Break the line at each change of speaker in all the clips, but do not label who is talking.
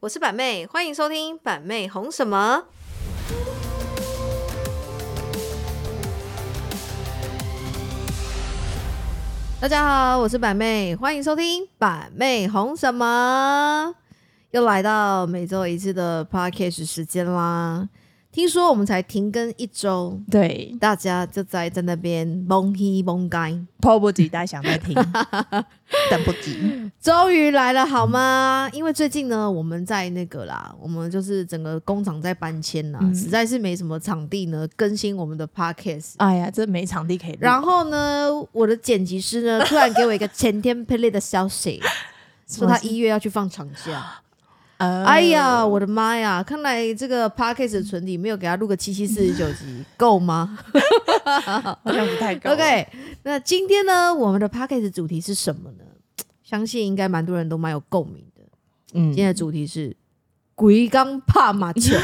我是板妹，欢迎收听《板妹红什么》。大家好，我是板妹，欢迎收听《板妹红什么》。又来到每周一次的 podcast 时间啦！听说我们才停更一周，
对，
大家就在在那边懵hi 懵该。
迫不及待想再 听，等不及。
终于来了，好吗？因为最近呢，我们在那个啦，我们就是整个工厂在搬迁啦，
嗯
实在是没什么场地呢更新我们的 podcast。
哎呀，这没场地可以录。
然后呢，我的剪辑师 呢，突然给我一个前天配 y 的消息，说他一月要去放长假。
呃
哎，呀，我的妈呀！看来这个 podcast 的存底没有给他录个七七四十九 集，够吗
好像不太够。
哦？OK，那今天呢，我们的 podcast 主题是什么呢？相信应该蛮多人都蛮有共鸣的。
嗯
今，天的主题是“龟缸怕马丘”，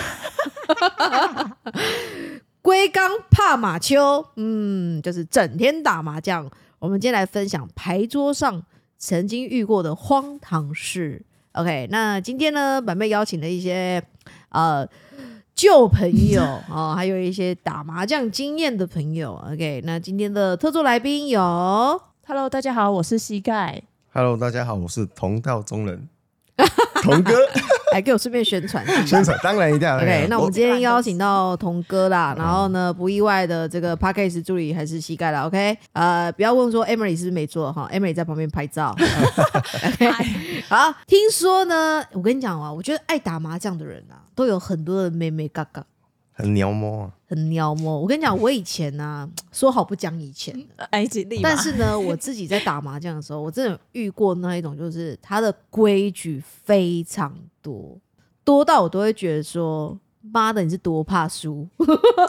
龟缸怕马丘，嗯，就是整天打麻将。我们今天来分享牌桌上曾经遇过的荒唐事。OK，那今天呢，板妹邀请了一些呃旧朋友哦，还有一些打麻将经验的朋友。OK，那今天的特助来宾有
Hello，大家好，我是膝盖。
Hello，大家好，我是同道中人 童哥，
来给我顺便宣传一下。
宣传当然一定要 哎
OK，那我们今天
我
邀请到童哥啦，然后呢，不意外的这个 Parkes 助理还是膝盖啦。OK，呃，不要问说 Emily 是不是没做哈，Emily 在旁边拍照。OK，好，听说呢，我跟你讲啊，我觉得爱打麻将的人啊，都有很多的妹妹嘎嘎。
很娘摸啊，
很撩摸，我跟你讲，我以前呢、说好不讲以前，
埃及历吧
但是呢，我自己在打麻将的时候，我真的遇过那一种，就是他的规矩非常多，多到我都会觉得说，妈的，你是多怕输。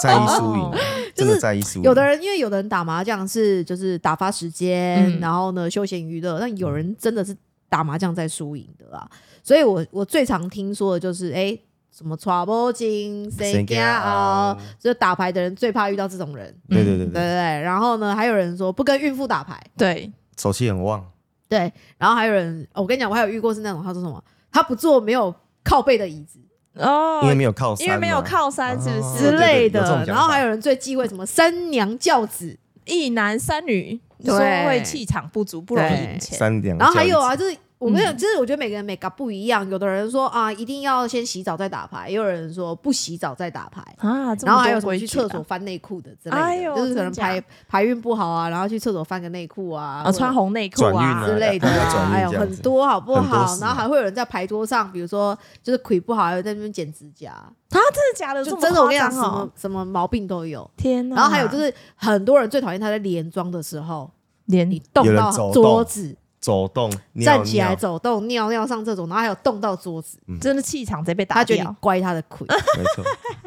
在意输赢啊
哦，
真的在意输赢。
有的人因为有的人打麻将是就是打发时间，
嗯
然后呢休闲娱乐，但有人真的是打麻将在输赢的啦。所以我我最常听说的就是，哎、什么 trouble 金谁
惊
家啊
哦，
就是打牌的人最怕遇到这种人，
对对对
嗯对对
对，
对。然后呢，还有人说不跟孕妇打牌，
对，
手气很旺，
对。然后还有人，哦我跟你讲，我还有遇过是那种他说什么，他不坐没有靠背的椅子
哦
因为没有靠山嘛，
因为没有靠山，是不
哦
之
是？
类的
对对对有这种，讲法
然后还有人最忌讳什么三娘教子。
一男三女，
对
说会气场不足，不容易赢钱。
三两，
然后还有，啊，就是我
嗯
跟你讲，就是我觉得每个人每个不一样，有的人说啊，一定要先洗澡再打牌，也有人说不洗澡再打牌。
啊，这么
然后还有
多
什么
规矩
去
啊
厕所翻内裤的之类的，
哎呦
就是可能
真假
排排运不好啊，然后去厕所翻个内裤啊，
啊，穿
红
红内裤
转运啊
之类的啊，
转运
哎呦
这样子
很多好不
很多
好？
事
然后还会有人在牌桌上，比如说就是腿不好，还有在那边剪指甲，
啊真的假呃的？这
就
么
真的我跟你
夸
讲，
张
什
哦
么什么毛病都有。
天哪！
然后还有就是很多人最讨厌他在连庄的时候，
连
你动
嗯有人
到
走
桌
动
子，
走动，尿
站起来
尿
走动、尿尿、上厕所，然后还有动到桌子，
真的气场直接被
他
打
觉得
掉
你。乖他的 亏，
没错，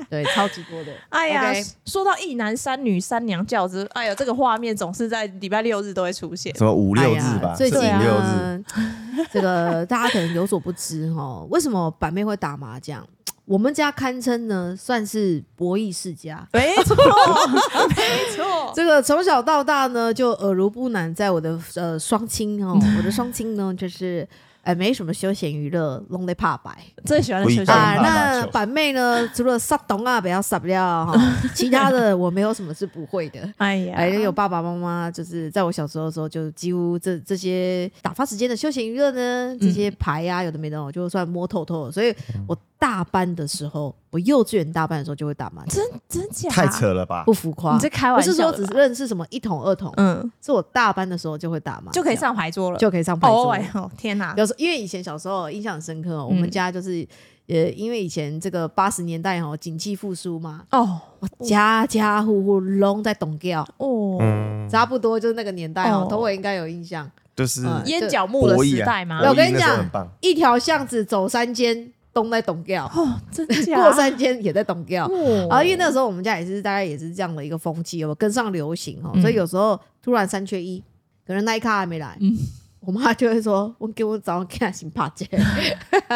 对，超级多的。
哎呀
OK
说到一男三女三娘教子，哎呀，这个画面总是在礼拜六日都会出现。
什么五六日
哎
吧
呀，最
是五
近
六日，
呢， 这个大家可能有所不知哦，为什么板妹会打麻将？我们家堪称呢算是博弈世家，
没 错，没错，
这个从小到大呢就耳濡目染，在我的呃双亲 哦，我的双亲呢就是。哎，没什么休闲娱乐，弄得怕 白
最喜欢的球
动
啊
啊
回，爸爸
那
球
板妹呢，除了杀东啊，不要杀不了哈， 其他的我没有什么是不会的。
哎呀，
哎，有爸爸妈妈，就是在我小时候的时候，就几乎这这些打发时间的休闲娱乐呢，
嗯
这些牌啊呀、有的没的，我就算摸透透了。所以我大班的时候，我幼稚园大班的时候就会打麻将，
真真假？
太！扯了吧
不？浮夸
你，在开
不
玩
是
笑
说
的吧？
只是认识什么一桶二桶，
嗯，
是我大班的时候就会打麻将，
就可以上牌桌了。
就可以上牌
哦
桌。
哎呦，天哪！
有时因为以前小时候印象很深刻哦，我们
嗯
家就是。呃，因为以前这个八十年代哦，景气复苏嘛，
哦
家家户户拢在懂掉，
哦，
嗯，
差不多就是那个年代哦
哦，
头尾应该有印象。
就是
嗯
烟角木的
博弈
时
啊
代吗
博？
我
弈
跟你
那时候
讲
很棒，
一条巷子走三间，东在懂掉，
哦，真假？
过三间也在懂掉。
哦
啊，因为那时候我们家也是大概也是这样的一个风气，我跟上流行哦，
嗯
所以有时候突然三缺一，可能那一卡还没来，
嗯
我妈就会说：“我给我找我看新帕姐。”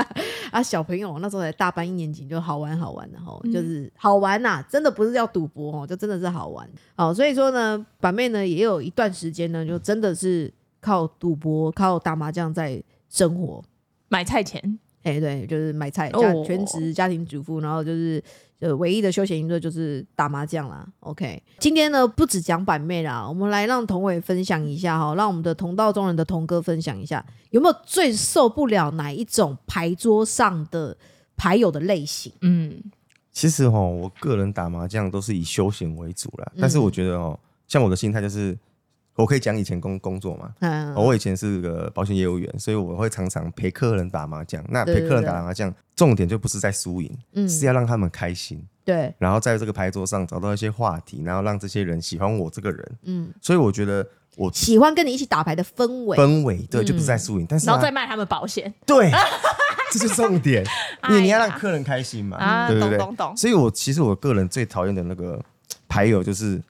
啊，小朋友那时候才大班一年级，就好玩好玩的吼，
嗯
就是好玩呐、真的不是要赌博哦，就真的是好玩。好，所以说呢，板妹呢也有一段时间呢，就真的是靠赌博、靠打麻将在生活。
买菜钱，
哎、对，就是买菜，
哦
家全职家庭主妇，然后就是呃唯一的休闲娱乐就是打麻将啦。OK，今天呢不止讲板妹啦，我们来让童伟分享一下哈，让我们的同道中人的童哥分享一下，有没有最受不了哪一种牌桌上的牌友的类型？
嗯，
其实哈，我个人打麻将都是以休闲为主啦，
嗯
但是我觉得哦，像我的心态就是，我可以讲以前工工作嘛。
嗯，
哦我以前是个保险业务员，所以我会常常陪客人打麻将。那
对对
陪客人
对
打麻将，重点就不是在输赢，
嗯，
是要啊让他们开心，
对，
然后在这个牌桌上找到一些话题，然后让这些人喜欢我这个人。
嗯，
所以我觉得我
喜欢跟你一起打牌的氛围，
氛围对，就不是在输赢，但
嗯
是
然后
啊
再卖他们保险
对， 这是重 点，因为你要
哎呀
让客人开心嘛，
啊，
对不
懂
对？
懂懂，
所以我其实我个人最讨厌的那个牌友就是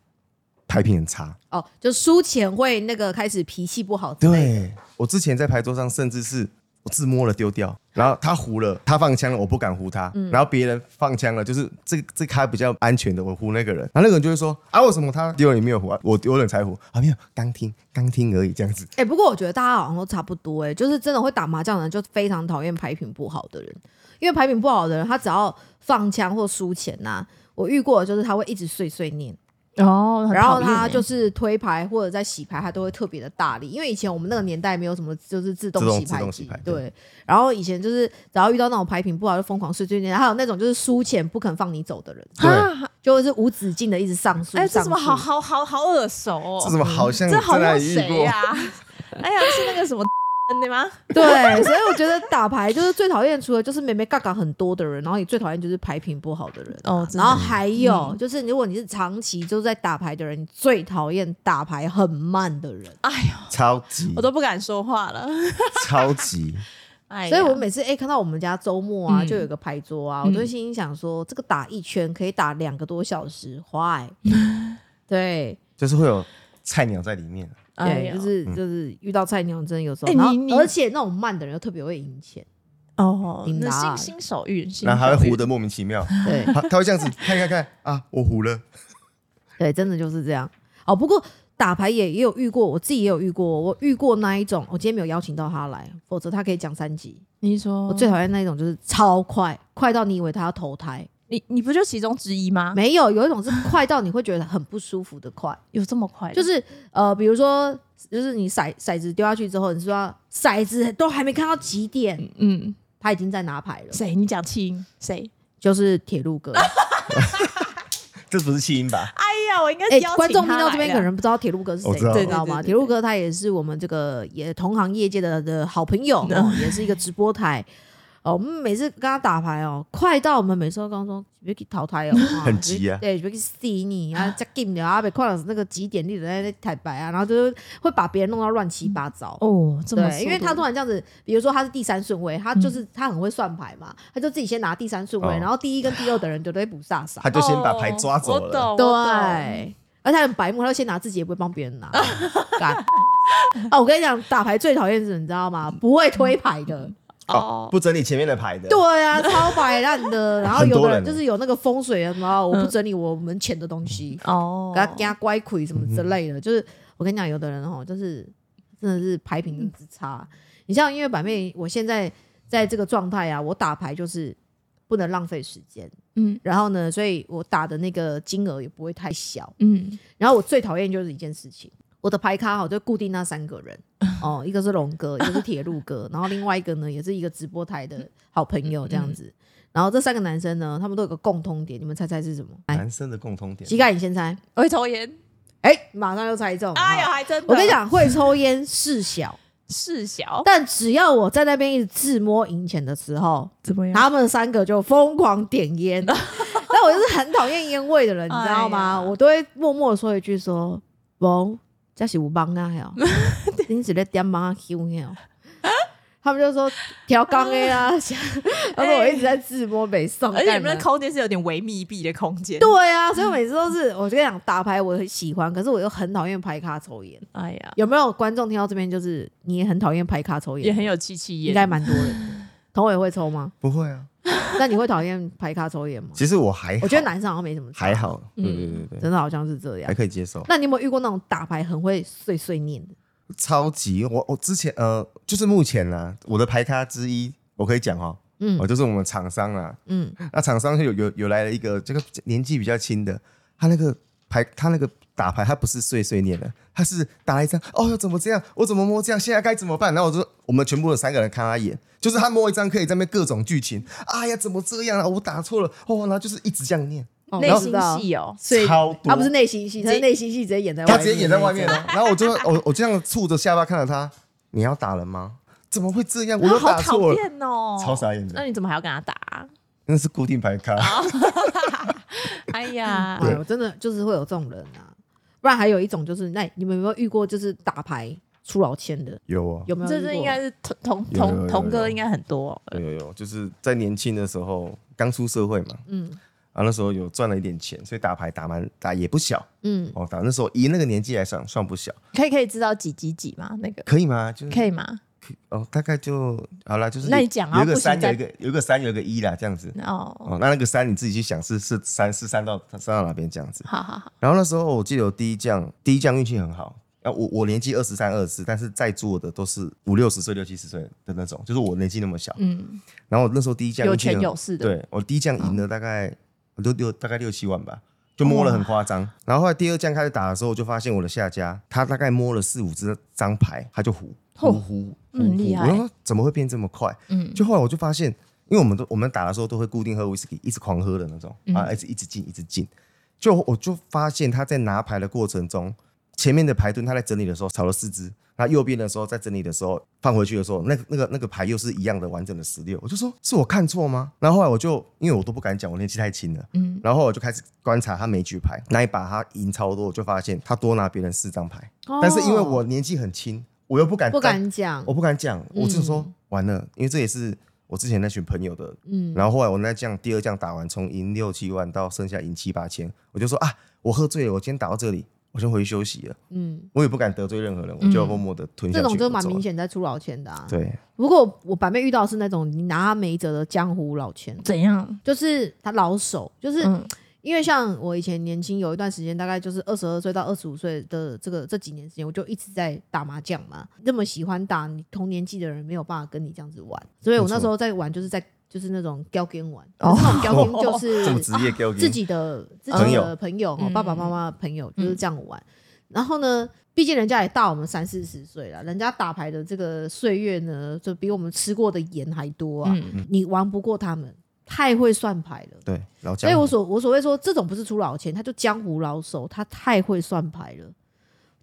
牌品很差。
哦，就输钱会那个开始脾气不好之类的，
对我之前在牌桌上，甚至是我自摸了丢掉，然后他胡了，他放枪了，我不敢胡他，
嗯
然后别人放枪了，就是这这咖比较安全的，我胡那个人，然后那个人就会说啊，为什么他丢了你没有胡啊？我丢了你才胡啊？没有，刚听刚听而已这样 子。
哎、不过我觉得大家好像都差不多、欸，哎，就是真的会打麻将的人就非常讨厌牌品不好的人，因为牌品不好的人，他只要放枪或输钱呐、我遇过的就是他会一直碎碎念，
哦
然后他就是推牌或者在洗牌，他都会特别的大力，因为以前我们那个年代没有什么就是自动
自动
洗
自
牌
动
机
洗牌，
对。然后以前就是只要遇到那种牌品不好就疯狂碎碎念，还有那种就是输钱不肯放你走的人，
对
啊，
就是无止境的一直上诉，
哎，这
上
怎么好
诉
好好好耳熟哦？
这怎么好像
这好
在哪
像
里遇
谁
啊
过？
呀？ 哎呀，是那个什么 的吗？
对，所以我觉得打牌就是最讨厌，除了就是妹妹嘎嘎很多的人，然后你最讨厌就是牌品不好的人。啊
哦嗯
然后还有就是，如果你是长期就在打牌的人，你最讨厌打牌很慢的人。
哎呦，
超级
我都不敢说话了。
超级，
哎呀，
所以我每次哎、看到我们家周末啊，
嗯
就有一个牌桌啊，
嗯
我都会心里想说，这个打一圈可以打两个多小时，why？对
就是会有菜鸟在里面。
哎
对，
呀
就是
嗯
就是遇到菜鸟真的有时候，
哎
然后
你你
而且那种慢的人又特别会赢钱，
哦，
琳
那
达
新新手运，新
然后还
手
会
运
胡的莫名其妙，
对，
他他会这样子看看看啊，我胡了，
对，真的就是这样。哦，不过打牌也也有遇过，我自己也有遇过，我遇过那一种，我今天没有邀请到他来，否则他可以讲三集。
你说
我最讨厌那一种，就是超快，快到你以为他要投胎，
你你不就其中之一吗？
没有，有一种是快到你会觉得很不舒服的快，
有这么快的？
就是呃，比如说，就是你骰骰子丢下去之后，你说骰子都还没看到几点，
嗯，
他已经在拿牌了，
谁？你讲清谁？
就是铁路哥。
这不是弃音吧？
哎呀，我应该
哎、
邀请
观众听
他
到
来
这边
的
可能不知道铁路哥是谁，
我知道
你知道吗？
对对对对
铁路哥他也是我们这个也同行业界的的好朋友、
嗯
哦，也是一个直播台。哦，我们每次跟他打牌哦，快到我们每次都跟他说别去淘汰哦，啊
很急啊
对，别去死你 啊，再 game 了啊，被快了那个几点你在那台白啊，然后就是会把别人弄到乱七八糟。
哦，这么嗯
对，因为他突然这样子，比如说他是第三顺位，他就是、他很会算牌嘛，他就自己先拿第三顺位，
哦
然后第一跟第二的人绝对不飒飒。
他就先把牌抓走
哦我
了。
懂，哦我懂
对，而且他很白目，他就先拿自己，也不会帮别人拿。 干啊！我跟你讲，打牌最讨厌是什么，你知道
嗯
吗？不会推牌的。
哦，不整理前面的牌的。
对啊，超摆烂 的。然后有的人
很多人欸
就是有那个风水啊什么，我不整理我门前的东西，
哦，
给他给他乖鬼什么之类
嗯
的。就是我跟你讲，有的人哦，就是真的是牌品真的之差。你像因为板妹，我现在在这个状态啊，我打牌就是不能浪费时间，
嗯
然后呢，所以我打的那个金额也不会太小。
嗯，
然后我最讨厌就是一件事情，我的牌咖好就固定那三个 人，哦，一个是龙哥，一个是铁路哥，然后另外一个呢也是一个直播台的好朋友这
嗯
样子。然后这三个男生呢，他们都有个共通点，你们猜猜是什么？来，
男生的共通点
哎膝，盖你先猜，
会抽烟，
哎，马上就猜中。
哎呀，
哈
还真的，
我跟你，讲，会抽烟事小，
事小
但只要我在那边一直自摸赢钱的时候，
怎么？
他们三个就疯狂点 烟。那我就是很讨厌烟味的人，你知道吗？
哎呀
我都会默默地说一句说：“翁，这是有帮啊， 还有你是在点帮啊，休嘿哦。”他们就说调缸 A 啊， 他说我一直在自摸北宋，
哎而且你
干嘛
们的空间是有点微密闭的空间，
对啊，所以我每次都是我就想打牌，我很喜欢，可是我又很讨厌牌咖抽烟。
哎呀，
有没有观众听到这边就是你也很讨厌牌咖抽
也
烟？
很有气气
应
烟，
该蛮多人的。童伟会抽吗？
不会啊。
那你会讨厌牌咖抽烟吗？
其实我哎还好，
我觉得男生好像没什么差，
还好，对对
嗯
对对，
真的好像是这样
还。可以接受。
那你有没有遇过那种打牌很会碎碎念的？
啊超级，我我之前呃，就是目前呢、我的牌咖之一，我可以讲哦，
嗯
哦，就是我们厂商啊，
嗯，
那厂商有有有来了一个这个年纪比较轻的，他那个牌，他那个打牌，他不是碎碎念的，他是打了一张，哦哟，怎么这样？我怎么摸这样？现在该怎么办？然后我就我们全部的三个人看他演，就是他摸一张可以在那边各种剧情，哎呀，怎么这样啊？我打错了哦，然后就是一直这样念，
哦
内
我知
心
道
戏哦，
所以
超
啊
多
他不是内心戏，他是内心戏直接演在外
他
面，
直接演在外面了。啊哦然后 我就我我这样触着下巴看着他，你要打人吗？怎么会这样？我都
啊好
打
讨
错了，
厌哦，
超傻眼的
那你怎么还要跟他打啊？
那是固定牌卡。
哎 呀，
哎我真的就是会有这种人啊。不然还有一种就是，那你们有没有遇过就是打牌出老千的？
有啊，
有没有遇过？
这是应该是同同
有有
同
有有
同哥应该很多哦，
有有有，就是在年轻的时候刚出社会嘛，
嗯
然后那时候有赚了一点钱，所以打牌打蛮打也不小
嗯，
哦，打那时候以那个年纪来算算不小，
可以可以知道几几几吗？那个
可以吗？就是
可以吗？
哦，大概就好啦，就是
那你讲啊
有一个
不行
三
再
有一个有一个三有一个一啦，这样子
哦，
哦，那那个三你自己去想是是三是三到三到哪边这样子。
好好好，
然后那时候我记得有第一将，第一将运气很好。啊，我我年纪二十三、二十四，但是在座的都是五六十岁、六七十岁的那种，就是我年纪那么小。
嗯，
然后我那时候第一将
有
运气
权
很
有势的，，
对我第一将赢了大概六六大概六七万吧，就摸了很夸张。然后后来第二将开始打的时候，我就发现我的下家他大概摸了四五只张牌，他就胡
嚯
胡胡
嗯
胡
厉
胡
害
我说怎么会变这么快？
嗯，
就后来我就发现，因为我们都我们打的时候都会固定喝威士忌，一直狂喝的那种
嗯
啊，一直一直进一直进。就我就发现他在拿牌的过程中，前面的牌墩他在整理的时候少了四只，那右边的时候在整理的时候放回去的时候，那个那个那个牌又是一样的完整的十六，我就说是我看错吗？然后后来我就因为我都不敢讲，我年纪太轻了，
嗯，
然后我就开始观察他每局牌，那一把他赢超多，我就发现他多拿别人四张牌，
哦
但是因为我年纪很轻，我又不敢
不敢嗯讲
我，不敢讲，我只是说、完了，因为这也是我之前那群朋友的。嗯，然后后来我那将第二将打完，从赢六七万到剩下赢七八千，我就说啊，我喝醉了，我今天打到这里，我先回去休息了。
嗯，
我也不敢得罪任何人，我就默默的吞下
这
去。
种就蛮
我走了
明。显在出老千的啊。
对，
不过我版妹遇到的是那种你拿他没辙的江湖老千，
怎样？
就是他老手，就是
嗯
因为像我以前年轻有一段时间，大概就是二十二岁到二十五岁的这个这几年时间，我就一直在打麻将嘛。那么喜欢打，你同年纪的人没有办法跟你这样子玩，所以我
没错
那时候在玩，就是在就是那种 g a g a m 玩，
哦
就是那种 g a g a m 就
这么
是
职业给我
自己的自
朋
己
友
的朋友，哦
嗯
爸爸妈妈的朋友就是这样玩。然后呢，毕竟人家也大我们三四十岁了，人家打牌的这个岁月呢，就比我们吃过的盐还多啊。
嗯，
你玩不过他们，太会算牌了。
对，然后
所以我所我所谓说，这种不是出老千，他就江湖老手，他太会算牌了。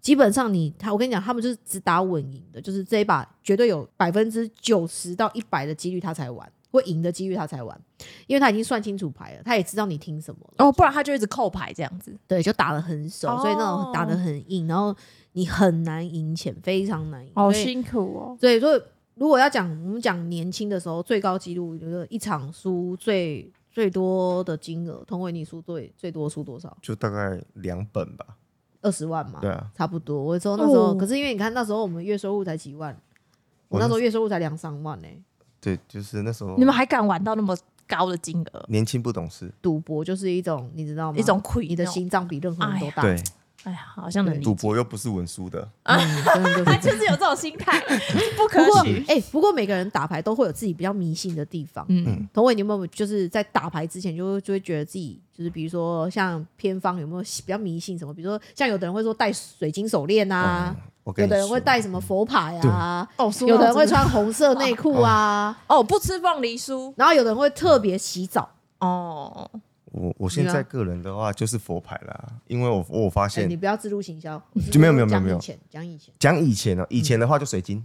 基本上你他，我跟你讲，他们就是只打稳赢的，就是这一把绝对有百分之九十到一百的几率他才玩，会赢的几率他才玩，因为他已经算清楚牌了，他也知道你听什么了，
哦，不然他就一直扣牌这样子，
对，就打得很熟，所以那
哦
种打得很硬，然后你很难赢钱，非常难赢。
好
所以
辛苦哦。
所以说，如果要讲我们讲年轻的时候最高纪录，就是一场输最最多的金额，同为你输最最多输多少？
就大概两本吧。
二十万嘛，
对啊，
差不多。我说那时候，
哦
可是因为你看那时候我们月收入才几万，我那时候月收入才两三万欸呢、
对，就是那时候
你们还敢玩到那么高的金额？
年轻不懂事，
赌博就是一种，你知道吗？
一种亏，
你的，心脏比任何人都大，
对，
哎呀，好像能理
赌
解，
博又不是文书的，
嗯真的就是
他就是有这种心 态，不
不过
可取。，
哎、不过每个人打牌都会有自己比较迷信的地方。
嗯，
同伟，你有没有就是在打牌之前就会就会觉得自己就是比如说像偏方有没有比较迷信什么？比如说像有的人会说戴水晶手链啊，
哦我跟
有
你
的人会
说
戴什么佛牌啊，
哦，苏
有的人
老
会
师
穿红色内裤啊，
哦，不吃凤梨酥
然后有的人会特别洗澡。
哦，
我我现
你呢
在个人的话就是佛牌啦，因为我我发
哎、
现
你不要自入行销，
就没有没有没有没
讲
有
以前讲以前，
讲以前哦，以前的话就水晶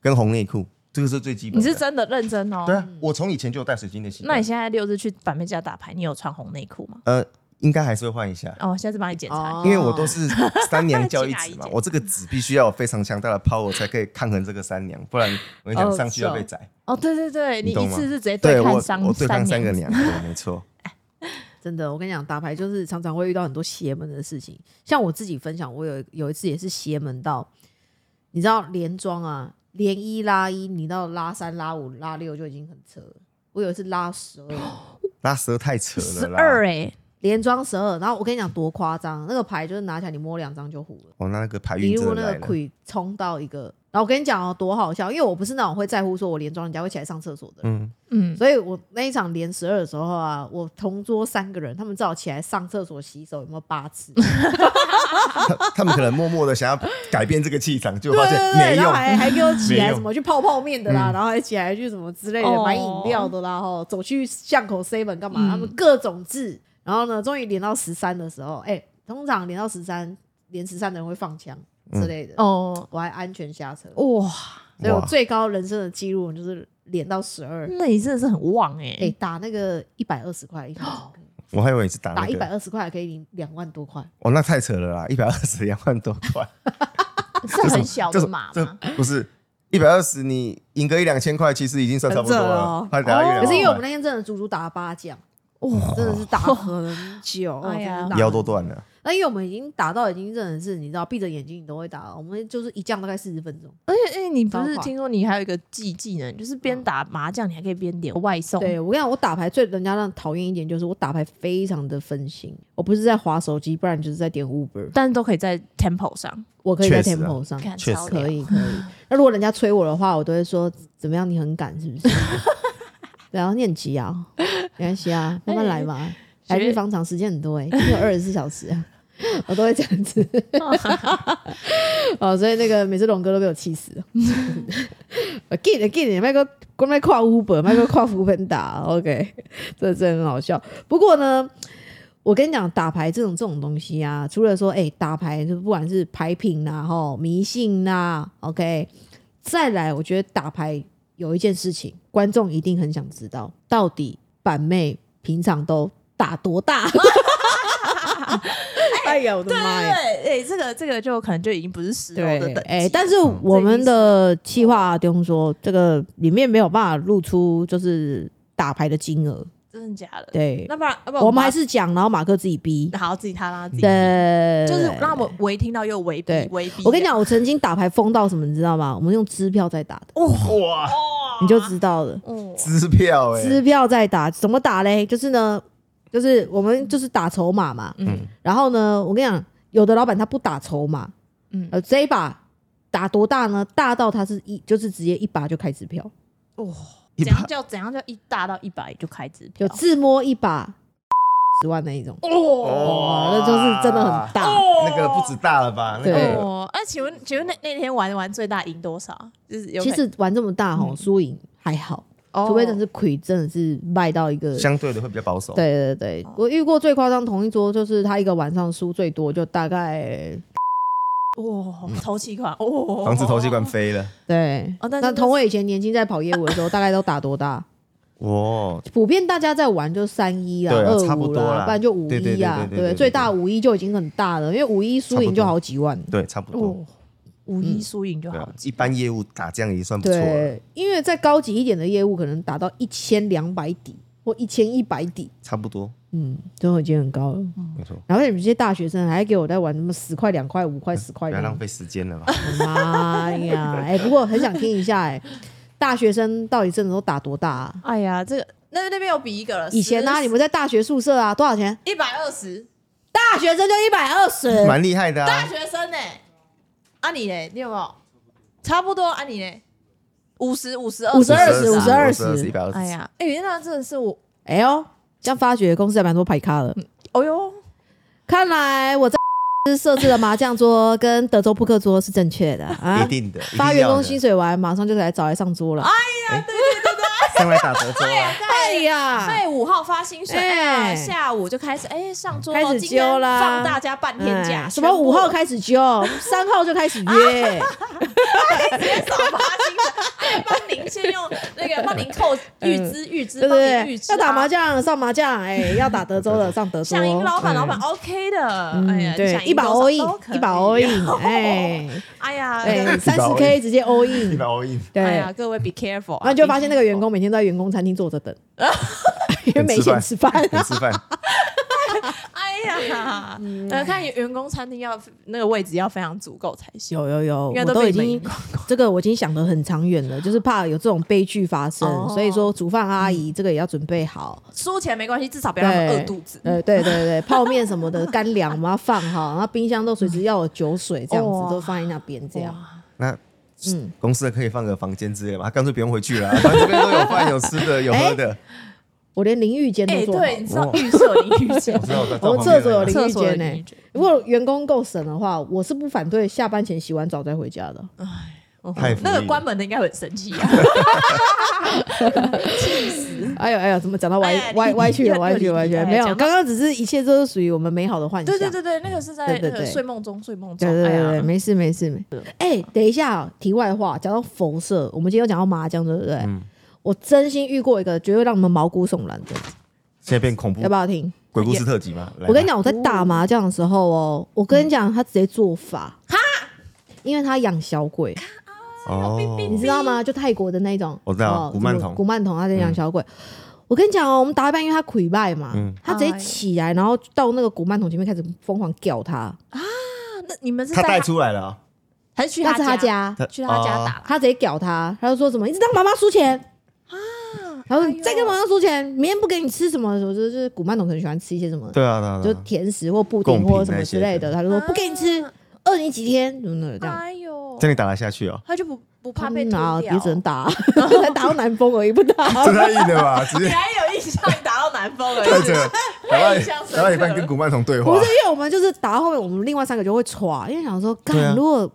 跟红内裤，这个是最基本
你
的。
是真的认真哦
对。啊，我从以前就有带水晶的习惯。
那你现在六日去板妹家打牌，你有穿红内裤吗？
呃，应该还是会换一下，
哦，下次帮你检查。
因为我都是 三娘教一
进
指
来
嘛
一，姐
我这个指必须要有非常强大的 power 才可以抗衡这个三娘，不然我跟你
哦
讲上去
是哦
要被宰。
哦，对对对，你
你懂
一
吗
次是直接
对
抗
我
三
我对抗三
三
个
年
娘，对，没错。
真的，我跟你讲，打牌就是常常会遇到很多邪门的事情。像我自己分享，我有有一次也是邪门到，你知道连庄啊，连一拉一，你到拉三、拉五、拉六就已经很扯了。我有一次拉十二，
拉舌太扯
十
了啦，
二哎，
连庄十二，然后我跟你讲多夸张，那个牌就是拿起来你摸两张就胡了，
哦我那个牌
一
啊运真
路
的
那
来
个
了，
亏冲到一个然后我跟你讲哦，多好笑，因为我不是那种会在乎说我连装人家会起来上厕所的人，
嗯，
嗯，
所以我那一场连十二的时候啊，我同桌三个人，他们只好起来上厕所、洗手，有没有八次？
他他们可能默默的想要改变这个气场，就
对
发
对
现
对，
没
然后
用。
还还给我起
没
来
用嗯
什么去泡泡面的啦，然后还起来去什么之类的
哦
买饮料的啦，吼，走去巷口 seven 干嘛？
嗯
他们各种字，然后呢，终于连到十三的时候，哎，通常连到十三，连十三的人会放枪之类的，
哦，
我还安全下车，
哇，
所以我
哇
最高人生的记录就是连到十二，
那你真的是很旺哎、
哎，打那个一百二十块一条龙，
我还以为你是打那
打一百
个，
二十块还可以赢两万多块，
哦，那太扯了啦，一百二十两万多块，
是很小
这
的
什
码
这
吗？
不是一百二十，你赢个一两千块，其实已经算差不多
很扯
了啊
哦。
他打一两
可是因为我们
万
那天真的足足打了八将，
哇，
真的是打很久，
哎呀
真的打
块，
很
腰都断了。
那因为我们已经打到已经真的是，你知道，闭着眼睛你都会打。我们就是一降大概四十分钟。
而且，哎、你不
超
是
快
听说你还有一个技技能，就是边打麻将你还可以边点外送。
对我跟你讲，我打牌最人家让讨厌一点就是我打牌非常的分心，我不是在划手机，不然就是在点 Uber，
但是都可以在 Temple 上，
我可以在
确实啊
Temple 上。
看
确
超
实
可
屌
以可以， 那如果人家催我的话，我都会说怎么样？你很赶是不是？对啊，你很急啊， 没关系啊，慢慢来嘛。
哎
来日方长，时间很多哎、欸，你有二十四小时啊， 我都会这样子。 哦，所以那个每次龙哥都被我气死了。 我 get 了 get，麦克光麦跨 Uber，麦克跨福本打，OK，这 真的很好笑。不过呢。我跟你讲，打牌这种这种东西啊，除了说，哎、打牌就不管是牌品啦、啊，吼，迷信啦、o k 再来，我觉得打牌有一件事情，观众一定很想知道，到底板妹平常都打多大？ 哎呀，我的
对
妈
对
呀！
对，哎、这个这个就可能就已经不是石头
对
的等级了。，嗯
哎、但是我们的企划阿东说，这个里面没有办法露出就是打牌的金额，
真的假的？
对，
那不然，要不然
我们还
把
是讲，然后马克自己逼，
好自己他拉自己，
对，
就是让我们围听到又围逼
对
围逼。啊
我跟你，讲，我曾经打牌疯到什么，你知道吗？我们用支票在打的，
哇，
哇，
你就知道了。
哦，
支票哎，
支票在打，怎么打嘞？就是呢，就是我们就是打筹码嘛。
嗯
然后呢，我跟你讲，有的老板他不打筹码，
嗯，
呃，这一把打多大呢？大到他是一就是直接一把就开支票，
哦，
一
怎
把
样叫怎样叫一大到一百就开支
就
票？
自摸一把十万那一种，
哦
哦，那就是真的很大。
那个不止大了吧？那
对
个
哦，哎，请问请问那那天玩玩最大赢多少？就是有
其实玩这么大吼，
嗯
输赢还好，
哦
除非真的是亏，真的是卖到一个
相对的会比较保守。
对对对，
哦
我遇过最夸张，同一桌就是他一个晚上输最多就大概
哇，投气款哦，
防止投气管飞了。
对。
哦但是
那
那
同我以前年轻在跑业务的时候，大概都打多大？
哇，
普遍大家在玩就三一啦、
对啊
二
差不
五
多
啦，
啦
不然就五
对对
一
对
啊，
对对
不
对对
最大五一就已经很大了，因为五一输赢就好几万。
对，差不多。
哦，
嗯
五一输赢就
对
好
啊，。一般业务打这样也算不错啊了，
对，因为在高级一点的业务，可能达到一千两百底或一千一百底，
差不多，
嗯，真的已经很高了。
没错。
然后你们这些大学生还给我在玩什么十块、两块、五块、十块
不
的，
要浪费时间了吧？
妈呀！哎、不过很想听一下、哎，大学生到底真的都打多大、啊？
哎呀，这个那那边有比一个了，
以前呢、啊你们在大学宿舍啊，多少钱？
一百二十，
大学生就一百二十，
蛮厉害的
大
啊，
学生呢、啊你嘞，你有没有？差不多啊你嘞，五十五十二
52
十
52
52
一百二
哎
十，
呀，哎、那真的是我，
哎呦，这样发觉公司还蛮多牌咖的。
哦哟，
看来我在设置的麻将桌跟德州扑克桌是正 确的啊
一。定的。
发
一定
员
要
工
的
薪水完，马上就来找来上桌了。
上来打德州啊！
哎呀，
哎，五号发薪水，
哎
哎呀、下午就开始，哎、上桌
开
了
始
今天
揪啦
放大家半天假，
哎什么五号开始揪，三号就开始
啊
约，
始少发薪水，哎，帮您先用那个帮您扣预支预 支，
对不
帮您预
嗯对？
支、
要
啊
打麻。将上麻将， 哎，要打德州的上德州。
想赢老板，
嗯
老板 OK 的，哎呀
嗯，，对
想，
一
赢
把
多少
all
都可
in，
以
一把 all in，哎，
哎呀，
对，三十
all
K
in
直接 all
一
in，
百 all in，
对，
哎
然
呀，各位 be careful 啊。
后就发
be
现那个员
careful
工每天都在员工餐厅坐 着等，因为没钱吃饭，啊
很吃饭。
哎呀，
嗯
呃，看员工餐厅要那个位置要非常足够才行，
有有有，
应该
我
被
都已
你们赢
经
光光。
这个我已经想得很长远了，就是怕有这种悲剧发生，
哦
所以说煮饭阿姨这个也要准备好，
输钱没关系，至少不要让他们
对
饿肚子，。
呃，对对对，泡面什么的 干粮我们要放好，然后冰箱都随时要有酒水，这样
哇
子都放在那边这样。
哇，
那
嗯
公司的可以放个房间之类嘛，他干脆不用回去了啊，反正这边都有饭、有吃的、有喝的。
我连淋浴间都
哎，
做好了。
对，你知道浴室有淋浴间
我，知道我在
我们厕所有淋浴
厕所有
间
淋浴
呢
间。
如果员工够省的话，我是不反对下班前洗完澡再回家的。
哦
太福利
那个关门的应该会很生气啊！
哎呦哎呦，怎么讲到
哎
歪歪
你
歪去了，
你
歪去了，歪去了？
哎
没有，
讲到
刚刚只是一切都是属于我们美好的幻想。
对对对对，那个是在
对
那
对
个
对
睡梦中，睡梦中。
对对
哎
对
呀
对，没事没事没。哎、等一下、哦，题外话，讲到佛社，我们今天有讲到麻将，对不对？我真心遇过一个绝对让你们毛骨悚然的，
现在变恐怖
要不要听？
鬼故事特辑嘛？
我跟你
你
讲，我在打麻将的时候哦，我跟你讲，他直接做法，哈，因为他养小鬼，你
哦，
知道吗？就泰国的那种，
我知道
哦
古曼
什么
童
古曼童他在养小鬼。我跟你讲哦，我们打一半，因为他溃败嘛，
嗯
他直接
哎
起来，然后到那个古曼童前面开始疯狂吊他，
啊那你们是
他带
在
出来了啊，
还是去
那是他
他？
家，
去他家打
哦
了，
他直接屌他，他就说什么一直让妈妈输钱啊，然后
哎
说
呦
再跟妈妈输钱，明天不给你吃什么什么，就是古曼童可能喜欢吃一些什么，
对啊，对啊
就
对啊，
甜食或布
贡
丁
品
或什么之类
那些嗯
的，
的
他就说不给你吃，饿你几天，怎么怎么这样。
哎呦，
这你打得下去哦？
他就不不怕被
嗯
吐
啊
掉，
你只能 打，才打到南风而已，不打。
这太硬了吧？直
你
接
还有印象你打到南 风了，
带着打到
印象深刻
打到一半跟古曼童对
不
话
是，，因为我们就是打到后面，我们另外三个就会歘，因为想说，
对啊
干，如果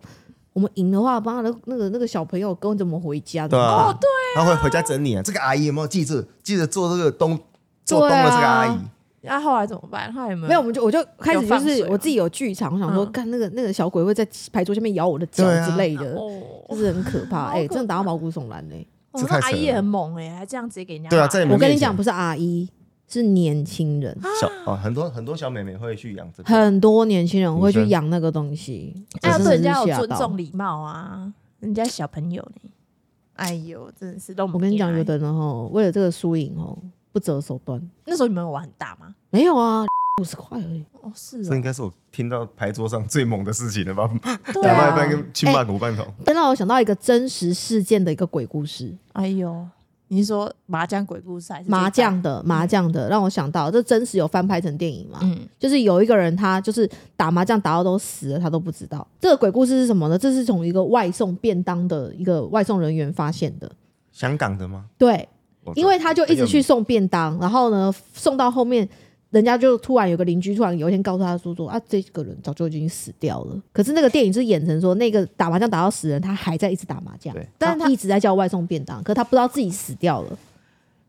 我们赢的话，帮他的那个那个小朋友跟我怎么回家？
对
怎么
啊，
哦
办，
对，他会回家整理啊。这个阿姨有没有记住？记得做这个东
啊
做东的这个阿
对
姨，
那啊后来怎么办？后来有没有
没有，我们就我就开始
有
就
放水啊
是
吗
我自己有剧场，我想说，
嗯
干那个那个小鬼会在牌桌下面咬我的脚
对啊
之类的，就
哦，
是很可怕。
好
哎，
可
真的打到毛骨悚然嘞！
哦
这
那
太扯
阿
了
姨也很猛哎，还这样直接给人家
对啊
打
在你们
我跟
面
你
前
讲，不是阿姨，是年轻人，
啊
小哦，很多很多小妹妹会去养这个，
很多年轻人会去
女生
养那个东西，
哎要
我真的
对人
是
家有
吓
尊
到
重礼貌啊，人家小朋友呢。哎呦，真的是都
我跟你讲，有的人哦，为了这个输赢哦，不择手段。
那时候你们有玩很大吗？
没有啊，五十块而已。
哦，是
这应该是我听到牌桌上最猛的事情了吧？
哦
对
打到
啊
一，半跟亲骂古曼童，
但让我想到一个真实事件的一个鬼故事，
哎呦，你是说麻将鬼故事还是
麻将？的麻将的，让我想到这真实有翻拍成电影嘛？
嗯，
就是有一个人他就是打麻将打到都死了，他都不知道。这个鬼故事是什么呢？这是从一个外送便当的一个外送人员发现的。
香港的吗？
对，
我哎
因为他就一直去送便当，然后呢，送到后面，人家就突然有个邻居突然有一天告诉他说说啊，这个人早就已经死掉了。可是那个电影是演成说，那个打麻将打到死人，他还在一直打麻将
对，
但
但
他
他
一直在叫外送便当，可是他不知道自己死掉了。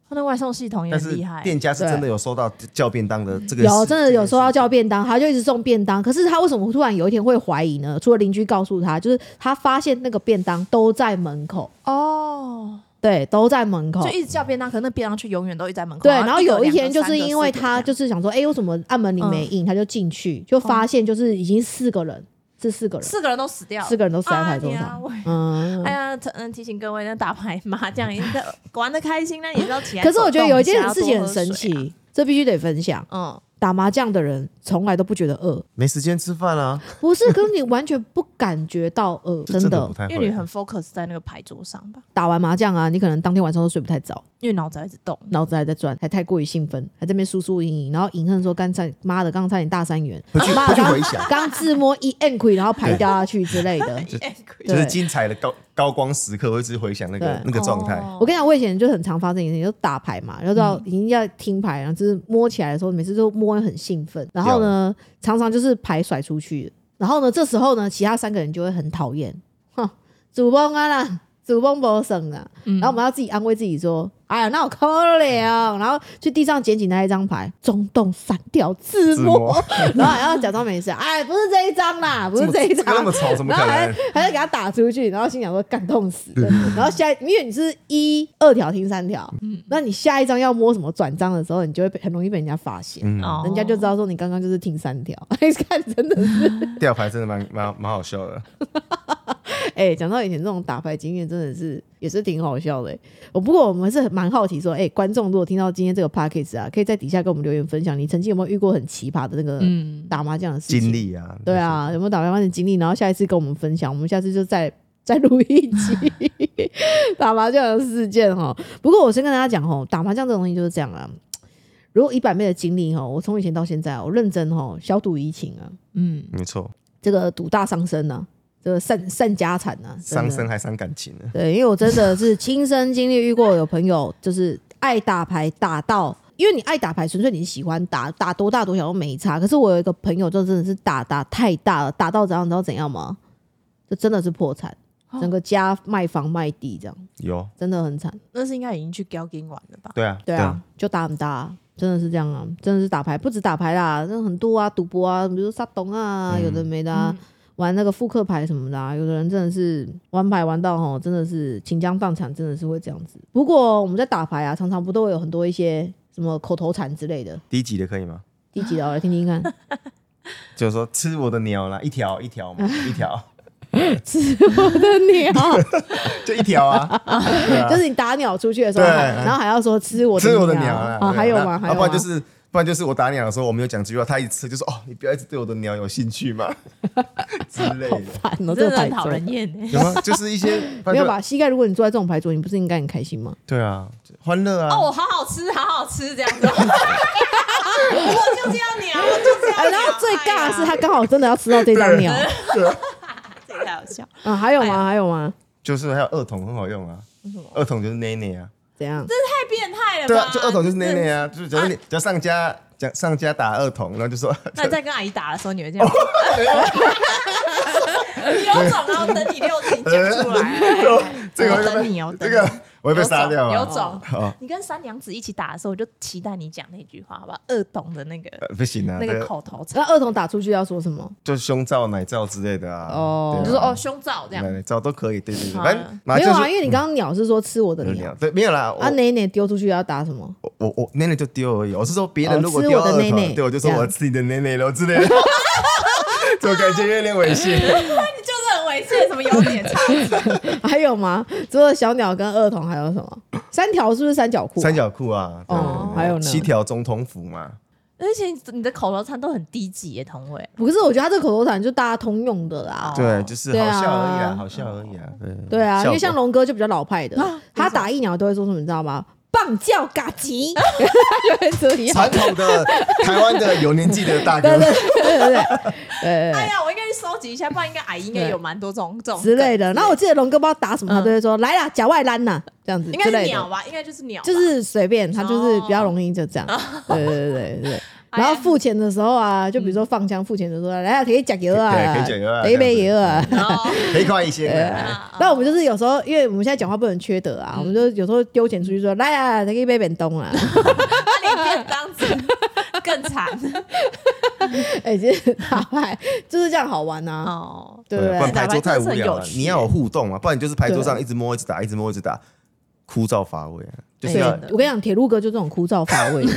他那外送系统也
但
很
是
厉害。
店家是真的有收到叫便当的这个
有
是
真的有收到叫便当，他就一直送便当。可是他为什么突然有一天会怀疑呢？除了邻居告诉他，就是他发现那个便当都在门口，
哦，
对，都在门口
就。一直叫便当，可是那便当却永远都一直在门口。
哦对，然后有
一
一
个
天就是因为他，
两个三个四个嗯
就是想说，哎、为什么按门铃没应，他就进去，就发现就是已经四个人，这四个
这样
人，
四个人都哦死掉了，
四个人都死在
啊
牌桌
你啊
上
我。
嗯
哎，呀，提嗯，提醒各位，那打牌麻将也是玩的开心，那也是要起 来
可
走动一下。
是我觉得有一件事情很神
要多喝水
奇，这必须得分享。
啊，
打麻将的人从来都不觉得饿，
没时间吃饭啊，
不是，可是你完全不感觉到饿，真的
不。太
嗯，
会
因为你很 focus 在那个牌桌上吧，
打完麻将啊，你可能当天晚上都睡不太着，
因为脑子还一直动。
脑子还在转，还太过于兴奋，还在那边输输赢赢，然后隐恨说干才妈的，刚刚差点大三元，
回去
妈
回
的
去
刚
回想，
刚自摸一 N 亏，然后牌掉下去之类 的。
就
对
是精彩的高高光时刻，我一直回想那个
对
那个状态。
哦
我跟你讲，我以前就很常发生一件事情，就打牌嘛，然后
嗯
到已经要听牌，然后就是摸起来的时候，每次都摸得很兴奋，然后呢，常常就是牌甩出去，然后呢，这时候呢，其他三个人就会很讨厌， 哼，主崩啊啦，主崩不省啊，
嗯
然后我们要自己安慰自己说，哎呀，那我可怜，然后去地上捡起那一张牌，中洞散掉自
自
摸
摸，
然后还要假装没事，哎，不是这一张啦，不是这一
这
张
个，那么丑，怎么
然
可
后还
能？
还要给他打出去，然后心想说感动死了。然后下一，因为你是一二条听三条，那你下一张要摸什么转章的时候，你就会被很容易被人家发现，
嗯，
哦
人家就知道说你刚刚就是听三条。 哎，看真的是，
吊牌真的蛮蛮蛮好笑的。
哎，讲到以前这种打牌经验，真的是也是挺好笑的、我不过我们是很蛮好奇说，哎，观众如果听到今天这个 p a c k a g e 啊，可以在底下跟我们留言分享，你曾经有没有遇过很奇葩的那个
嗯，
打麻将的事情？
经历啊，
对，啊，有没有打麻将的经历？然后下一次跟我们分享，我们下次就再再录一集 打麻将的事件哈。不过我先跟大家讲哦，打麻将这种东西就是这样啦。如果以百妹的经历哦哈，我从以前到现在，我认真哈，小赌怡情啊，
嗯，
没错，
这个赌大伤身啊，这个散散家产啊，真
伤
的
身还伤感情呢。
对，因为我真的是亲身经历遇过有朋友就是爱打牌打到，因为你爱打牌，纯粹你喜欢打，打多大多小都没差。可是我有一个朋友，就真的是打打太大了，打到怎样，你知道怎样吗？就真的是破产，整个家卖房卖地这样，
有，
真的很惨。
那是应该已经去交金玩了吧？
对啊，
对啊，，就打很大、真的是这样啊，真的是打牌，不止打牌啦，那很多啊，赌博啊，比如说沙东啊，
嗯
有的没的啊，
嗯
玩那个复刻牌什么的、啊，有的人真的是玩牌玩到吼，真的是倾家荡产，真的是会这样子。不过我们在打牌啊，常常不都会有很多一些什么口头禅之类的，
低级的可以吗？
第几的我来听 听看，
就是说吃我的鸟啦，一条一条 嘛，一条
吃我的 鸟，
就一条啊，对啊
就是你打鸟出去的时候，
对哎
然后还要说吃 我的
吃我的鸟
鸟
啦
啊，还有吗？还
要
有
不然
吗
就？是。不然就是我打鸟的时候，我没有讲这句话，他一吃就说：“哦，你不要一直对我的鸟有兴 趣嘛之类
好
的，
烦哦，
你
这个
真的
牌
很
桌
讨人厌哎、
有 吗？就是一些
没有？吧？膝盖，如果你坐在这种牌桌，你不是应该很开心吗？
对啊，欢乐啊！
哦，我好好吃，好好吃这样子。 我就这样鸟，我就这样
哎，
鸟。
然后最尬的是
哎
他
呀
刚好真的要吃到这张鸟
这个太好笑，
啊，还有
哎
吗？还有吗？
就是还有二筒很好用啊，二筒就是奶奶啊，
怎样？
太变态了吧？
对啊，就二筒就是奶奶啊，就是假如你只要上家讲上家打二筒，然后 就说
那你在跟阿姨打的时候，你会这样？你有种啊！我等你六级讲出来。
这个
我
会
等
被
你，我等
这
你
个我会被杀掉
有
啊，
种！有种
哦
你跟三娘子一起打的时候，我就期待你讲那句话，好不好？二懂的那个
呃不行啊，
那
这
个
个
口头禅
那，二筒打出去要说什么？
就胸罩、奶罩之类的啊，
哦
对啊
就说哦，胸罩这样
奶。奶罩都可以，对对对，
好啊
反正麻
没
将
有
就
啊，因为你刚刚鸟是说吃我的
有
鸟
鸟，对，没有啦，
啊，
我
哪哪丢出去要打什么？
我我奶奶就丢而已，我是说别人
哦
如果
吃
丢
我的
二
奶奶
筒，对我就
这
说
样
我吃你的奶奶喽之类 的， 就感觉有点猥亵。
你就是很猥亵，什么有点差劲。
还有吗？除了小鸟跟二筒还有什么？三条是不是三角裤？
三角裤啊，对
哦
对对
还有呢
七条总统府嘛，
而且你的口头禅都很低级耶，童伟。
不是，我觉得他这个口头禅就大家通用的啦。
哦
对，就是
对
好
啊
笑而已啊，好笑而已啊，对
对啊，因为像
龙
龙哥就比较老派的，
啊
他打一鸟都会说什么，你知道吗？棒叫嘎 吉，就会这样。
传统的 台湾的有年纪的大哥
对，对对对对对对
哎
对
呀，我应该去收集一下，不然应该阿姨应该有蛮多种这种
之类的。然后我记得龙哥不知道打什么，他都会说来啦，脚外拦呐，这样子
嗯应该
之
是
类
鸟
的。
吧，应该就是鸟吧，
就是随便，他就是比较容易就这样。对对对对对。
哎呀
然后付钱的时候啊，就比如说放枪付钱的时候，来啊，可以加油啊，
对可以加油啊
可以杯油啊。
然后
可以快一些啊。
啊
那我们就是有时候，因为我们现在讲话不能缺德啊，我们就有时候丢钱出去说，来啊，可以杯便东啊。
那你便当子更惨
哎，其实打牌就是这样好玩啊，
哦。
对不
不然
对？
牌桌太无
打牌真的是
聊
很有
了，
趣
你要有互动嘛，不然你就是牌桌上一直摸一直打，一直摸一直打，枯燥乏味啊，就是
对
要
的
哎我跟你讲，铁路哥就这种枯燥乏味的。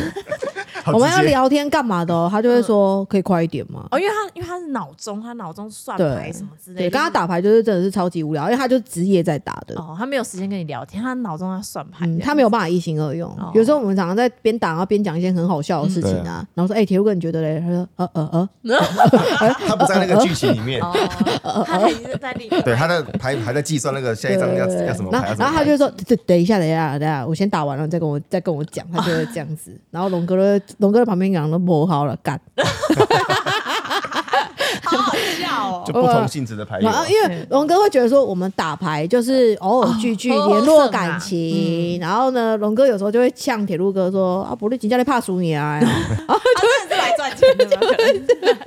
好
我们要
直接
聊天干嘛的哦，他就会说可以快一点吗？
哦，因为他因为他是脑中，他脑中算
对
牌什么之类
对，
的，
跟他打牌就是真的是超级无聊，因为他就职业在打的。
哦，他没有时间跟你聊天，他脑中在算牌
嗯，，他没有办法一心二用。
哦
有时候我们常常在边打，然后边讲一些很好笑的事情
嗯对
啊，然后说：“哎、铁路哥，你觉得嘞？”他说：“呃呃呃，
他不在那个剧情 里面，
哦，他已经在另
对，他在还还在计算那个下一
呃
张要要什么
哦然
牌，
后
要什么
然后他
牌
就说：“等等一下，等一下，等一下，我先打完了，你再跟我再跟我讲。”他就会这样子。 然后龙哥的龙哥的旁边讲：“都磨好了，干。
好好笑哦
就。不同性质的牌友
然
啊
后，因为龙哥会觉得说，我们打牌就是偶尔聚聚，
哦
联络
好省啊
感情。然后呢，龙哥有时候就会呛铁路哥说：“啊，不力请教你怕输你啊！”
他真的是来赚钱的吗？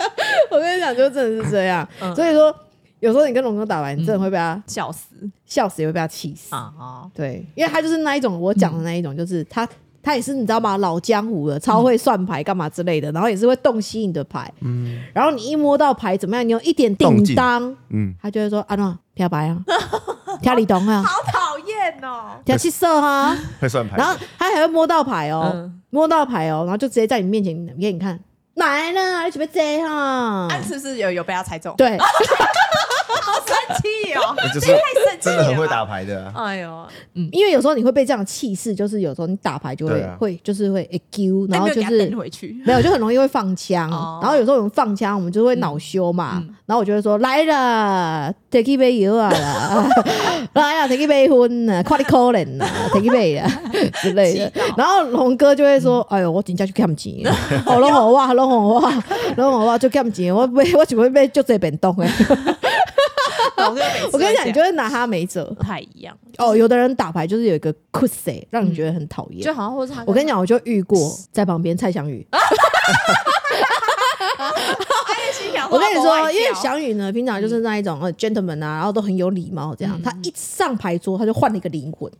我跟你讲，就真的是这样。
嗯
所以说，有时候你跟龙哥打牌，你真的会被他
笑死
笑死，也会被他气死。
啊！嗯哦
对，因为他就是那一种我讲的那一种，就是他他也是你知道吗？老江湖了，超会算牌干嘛之类的，然后也是会洞悉你的牌。嗯，然后你一摸到牌怎么样，你有一点
动
叮
静
当，
嗯，
他就会说：“啊，那跳牌 啊，跳你懂啊，
好讨厌
嗯
哦！
跳七色啊。
会算”牌
然，后他还会摸到牌哦
嗯，
摸到牌哦，然后就直接在你面前给你看，来了，你准备这样啊
啊，是不是有有被他猜中？
对，
好生气哦！
就是
这也太生气
真
了，
的很会打。牌的啊，
哎呦，
因为有时候你会被这样的气势，就是有时候你打牌就会、
对啊
会就是会 a q，然后就
但哎没有给他蹬
是
回去。
没有就很容易会放枪，
哦嗯
然后有时候我们放枪，我们就会恼羞嘛，然后我就会说来了，take 一杯油啊啦， 来啊，take 一杯荤啊，快点 call 人啊，take 一杯啊之类的
气到，
然后龙哥就会说，哎呦，我等一下去看钱， 哦，龙我哇，龙我哇，龙我哇，就看钱，我被我准备被就这边动哎。
我跟每次
我跟你讲，
都
你
这
就
样
会拿他没辙
不。太一样，
哦，有的人打牌就是有一个 c u s s 让你觉得很讨厌。
就好像或是他
我跟你讲，我就遇过在旁边蔡翔宇。
哦
我跟你说，因为
想
翔宇呢，平常就是那一种呃 gentleman 啊，然后都很有礼貌这样。他一上牌桌，他就换了一个灵魂，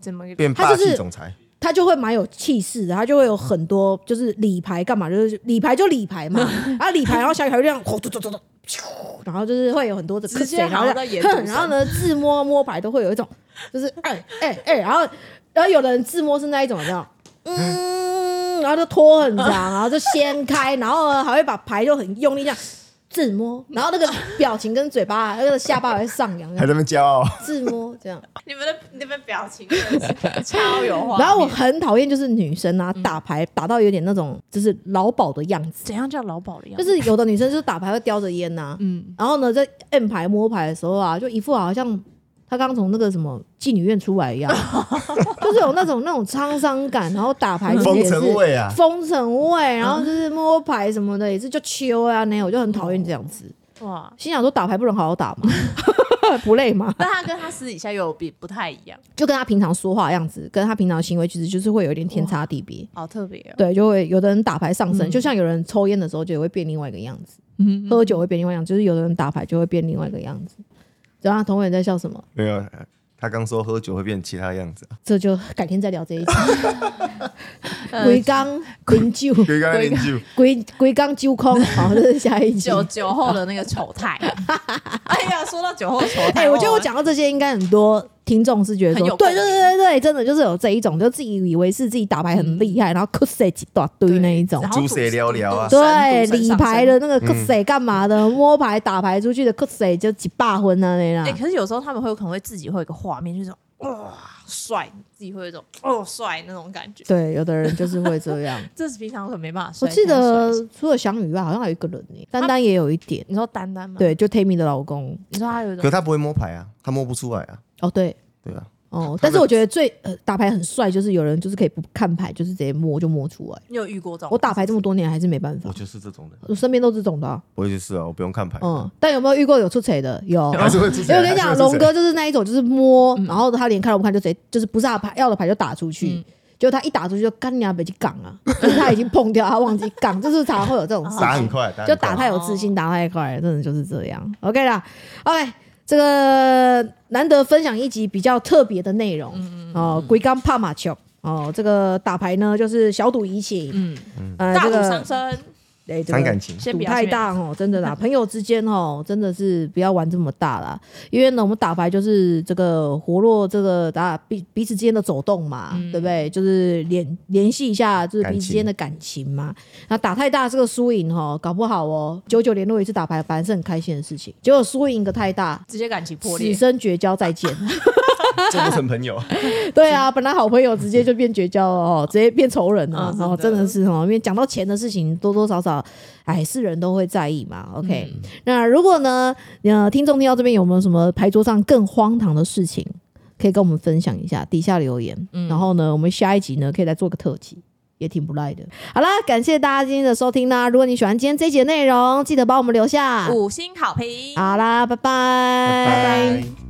怎么一个
变霸气总裁，
他就会蛮有气势的，他就会有很多就是理牌干嘛，就是理牌就理 牌嘛，然后理牌，然后翔宇还会这样，吼嘟嘟嘟嘟咻然后就是会有很多的
直接
cussing，然后
好
这
到
样
眼珠
哼
上
然后呢自摸摸牌都会有一种就是哎哎哎，然后然后有的人自摸是那一种这样，嗯，然后就拖很长，然后就掀开，然后呢还会把牌就很用力这样。自摸，然后那个表情跟嘴巴，那个下巴还会上扬，这样
还在那边骄 傲，
自摸这样。
你们的你们表情真的是超有画面，嗯
然后我很讨厌就是女生啊，打牌打到有点那种就是老鸨的样子，
怎样叫劳保的样
就
子，
是有的女生就是打牌会叼着烟呐，
嗯，
然后呢在 M 牌摸牌的时候啊，就一副好像她刚从那个什么妓女院出来一样， 就是有那种那种沧桑感，然后打牌其实
风
也是
尘味啊，
风尘
嗯
味，然后就是摸牌什么的也是就秋啊那样，我就很讨厌这样子，
哇。
心想说打牌不能好好打 吗？不累吗？
但他跟他私底下又有比不太一样，
就跟她平常说话的样子，跟她平常的行为其实就是会有一点天差地别。
好特别哦。
对，就会有的人打牌上身，
嗯
就像有人抽烟的时候就会变另外一个样子，
嗯，
喝酒会变另外一样，就是有的人打牌就会变另外一个样子。然后同伟在笑什么？
没有。他刚说喝酒会变其他样子，啊
这就改天再聊 这一集。
呃
鬼刚滚酒，
可以刚才练酒，
鬼鬼刚揪空，好，这是下一集。
酒酒后的那个丑 态，哎呀，说到酒后丑态，
哎、我觉得我讲到这些，应该很多听众是觉得
很
说，
有
对
共
对对对对，真的就是有这一种，就自己以为是自己打牌
嗯
很厉害，然后 c u s 几大堆
对
那一种。
然后
猪血寥寥啊
赌
对，
神赌神
理
上身
牌的那个 c u 干嘛的，摸牌打牌出去的 c u 就几把分啊那啦
哎、。可是有时候他们会有可能会自己会有一个画面，就是哇帅，自己会有一种哦帅那种感觉。
对，有的人就是会这 样。
这是平常可能没办法帅。
我记
太帅
得
了
除了翔宇外，好像还有一个人呢、丹丹也有一点。
你说丹丹
嗯
吗？，
对，就 Tammy 的老公。
你说他有一
可
种
他不会摸牌啊，他摸不出来啊，
哦，对，
对啊，
哦，但是我觉得最、呃、打牌很帅，就是有人就是可以不看牌，就是直接摸就摸出来。
你有遇过这种？
我打牌这么多年还是没办法
哦我，就是这种人，
我身边都是这种的啊、
我就是啊，我不用看牌，
嗯，但有没有遇过有出彩的？有。
还是会出
因
现。
为我跟你讲，
啊还是会出嗯
龙
现
哥就是那一种，就是摸，然后他连看都不看，就直接就是不是他牌要的牌就打出去，
嗯
结果他一打出去就干你娘北去杠啊，就是他已经碰掉，他忘记杠，就是常常会有这种事
打
情
很。快，很
哦就
快
打太有
哦
自信，打太快了，真的就是这样。OK 啦，OK，这个难得分享一集比较特别的内容
嗯
哦，龟缸帕马球哦，这个打牌呢就是小赌怡情，
嗯，
呃，
大
这
赌
个
伤身，
哎，这
伤
个
感情，
先
赌
不要
太，大哦，真的啦，朋友之间哦，真的是不要玩这么大啦，因为呢，我们打牌就是这个活络这个打彼彼此之间的走动嘛，
嗯
对不对？就是联联系一下，就是彼此之间的感情嘛。那打太大这个输赢哦，搞不好哦，久久联络一次打牌，反正是很开心的事情。结果输赢个太大
先，直接感情破
此
裂。
生绝交，再见。
做不成朋友，
对啊，本来好朋友直接就变绝交了哦，直接变仇人了、
嗯真的
哦，真的是哦，因为讲到钱的事情，多多少少，哎，是人都会在意嘛。OK，、那如果呢，呃，听众听到这边有没有什么牌桌上更荒唐的事情，可以跟我们分享一下，底下留言。然后呢，我们下一集呢，可以来做个特辑。也挺不赖的。好啦，感谢大家今天的收听啦！如果你喜欢今天这一节内容，记得帮我们留下。
五星好 评，
哦好啦，拜拜
拜拜。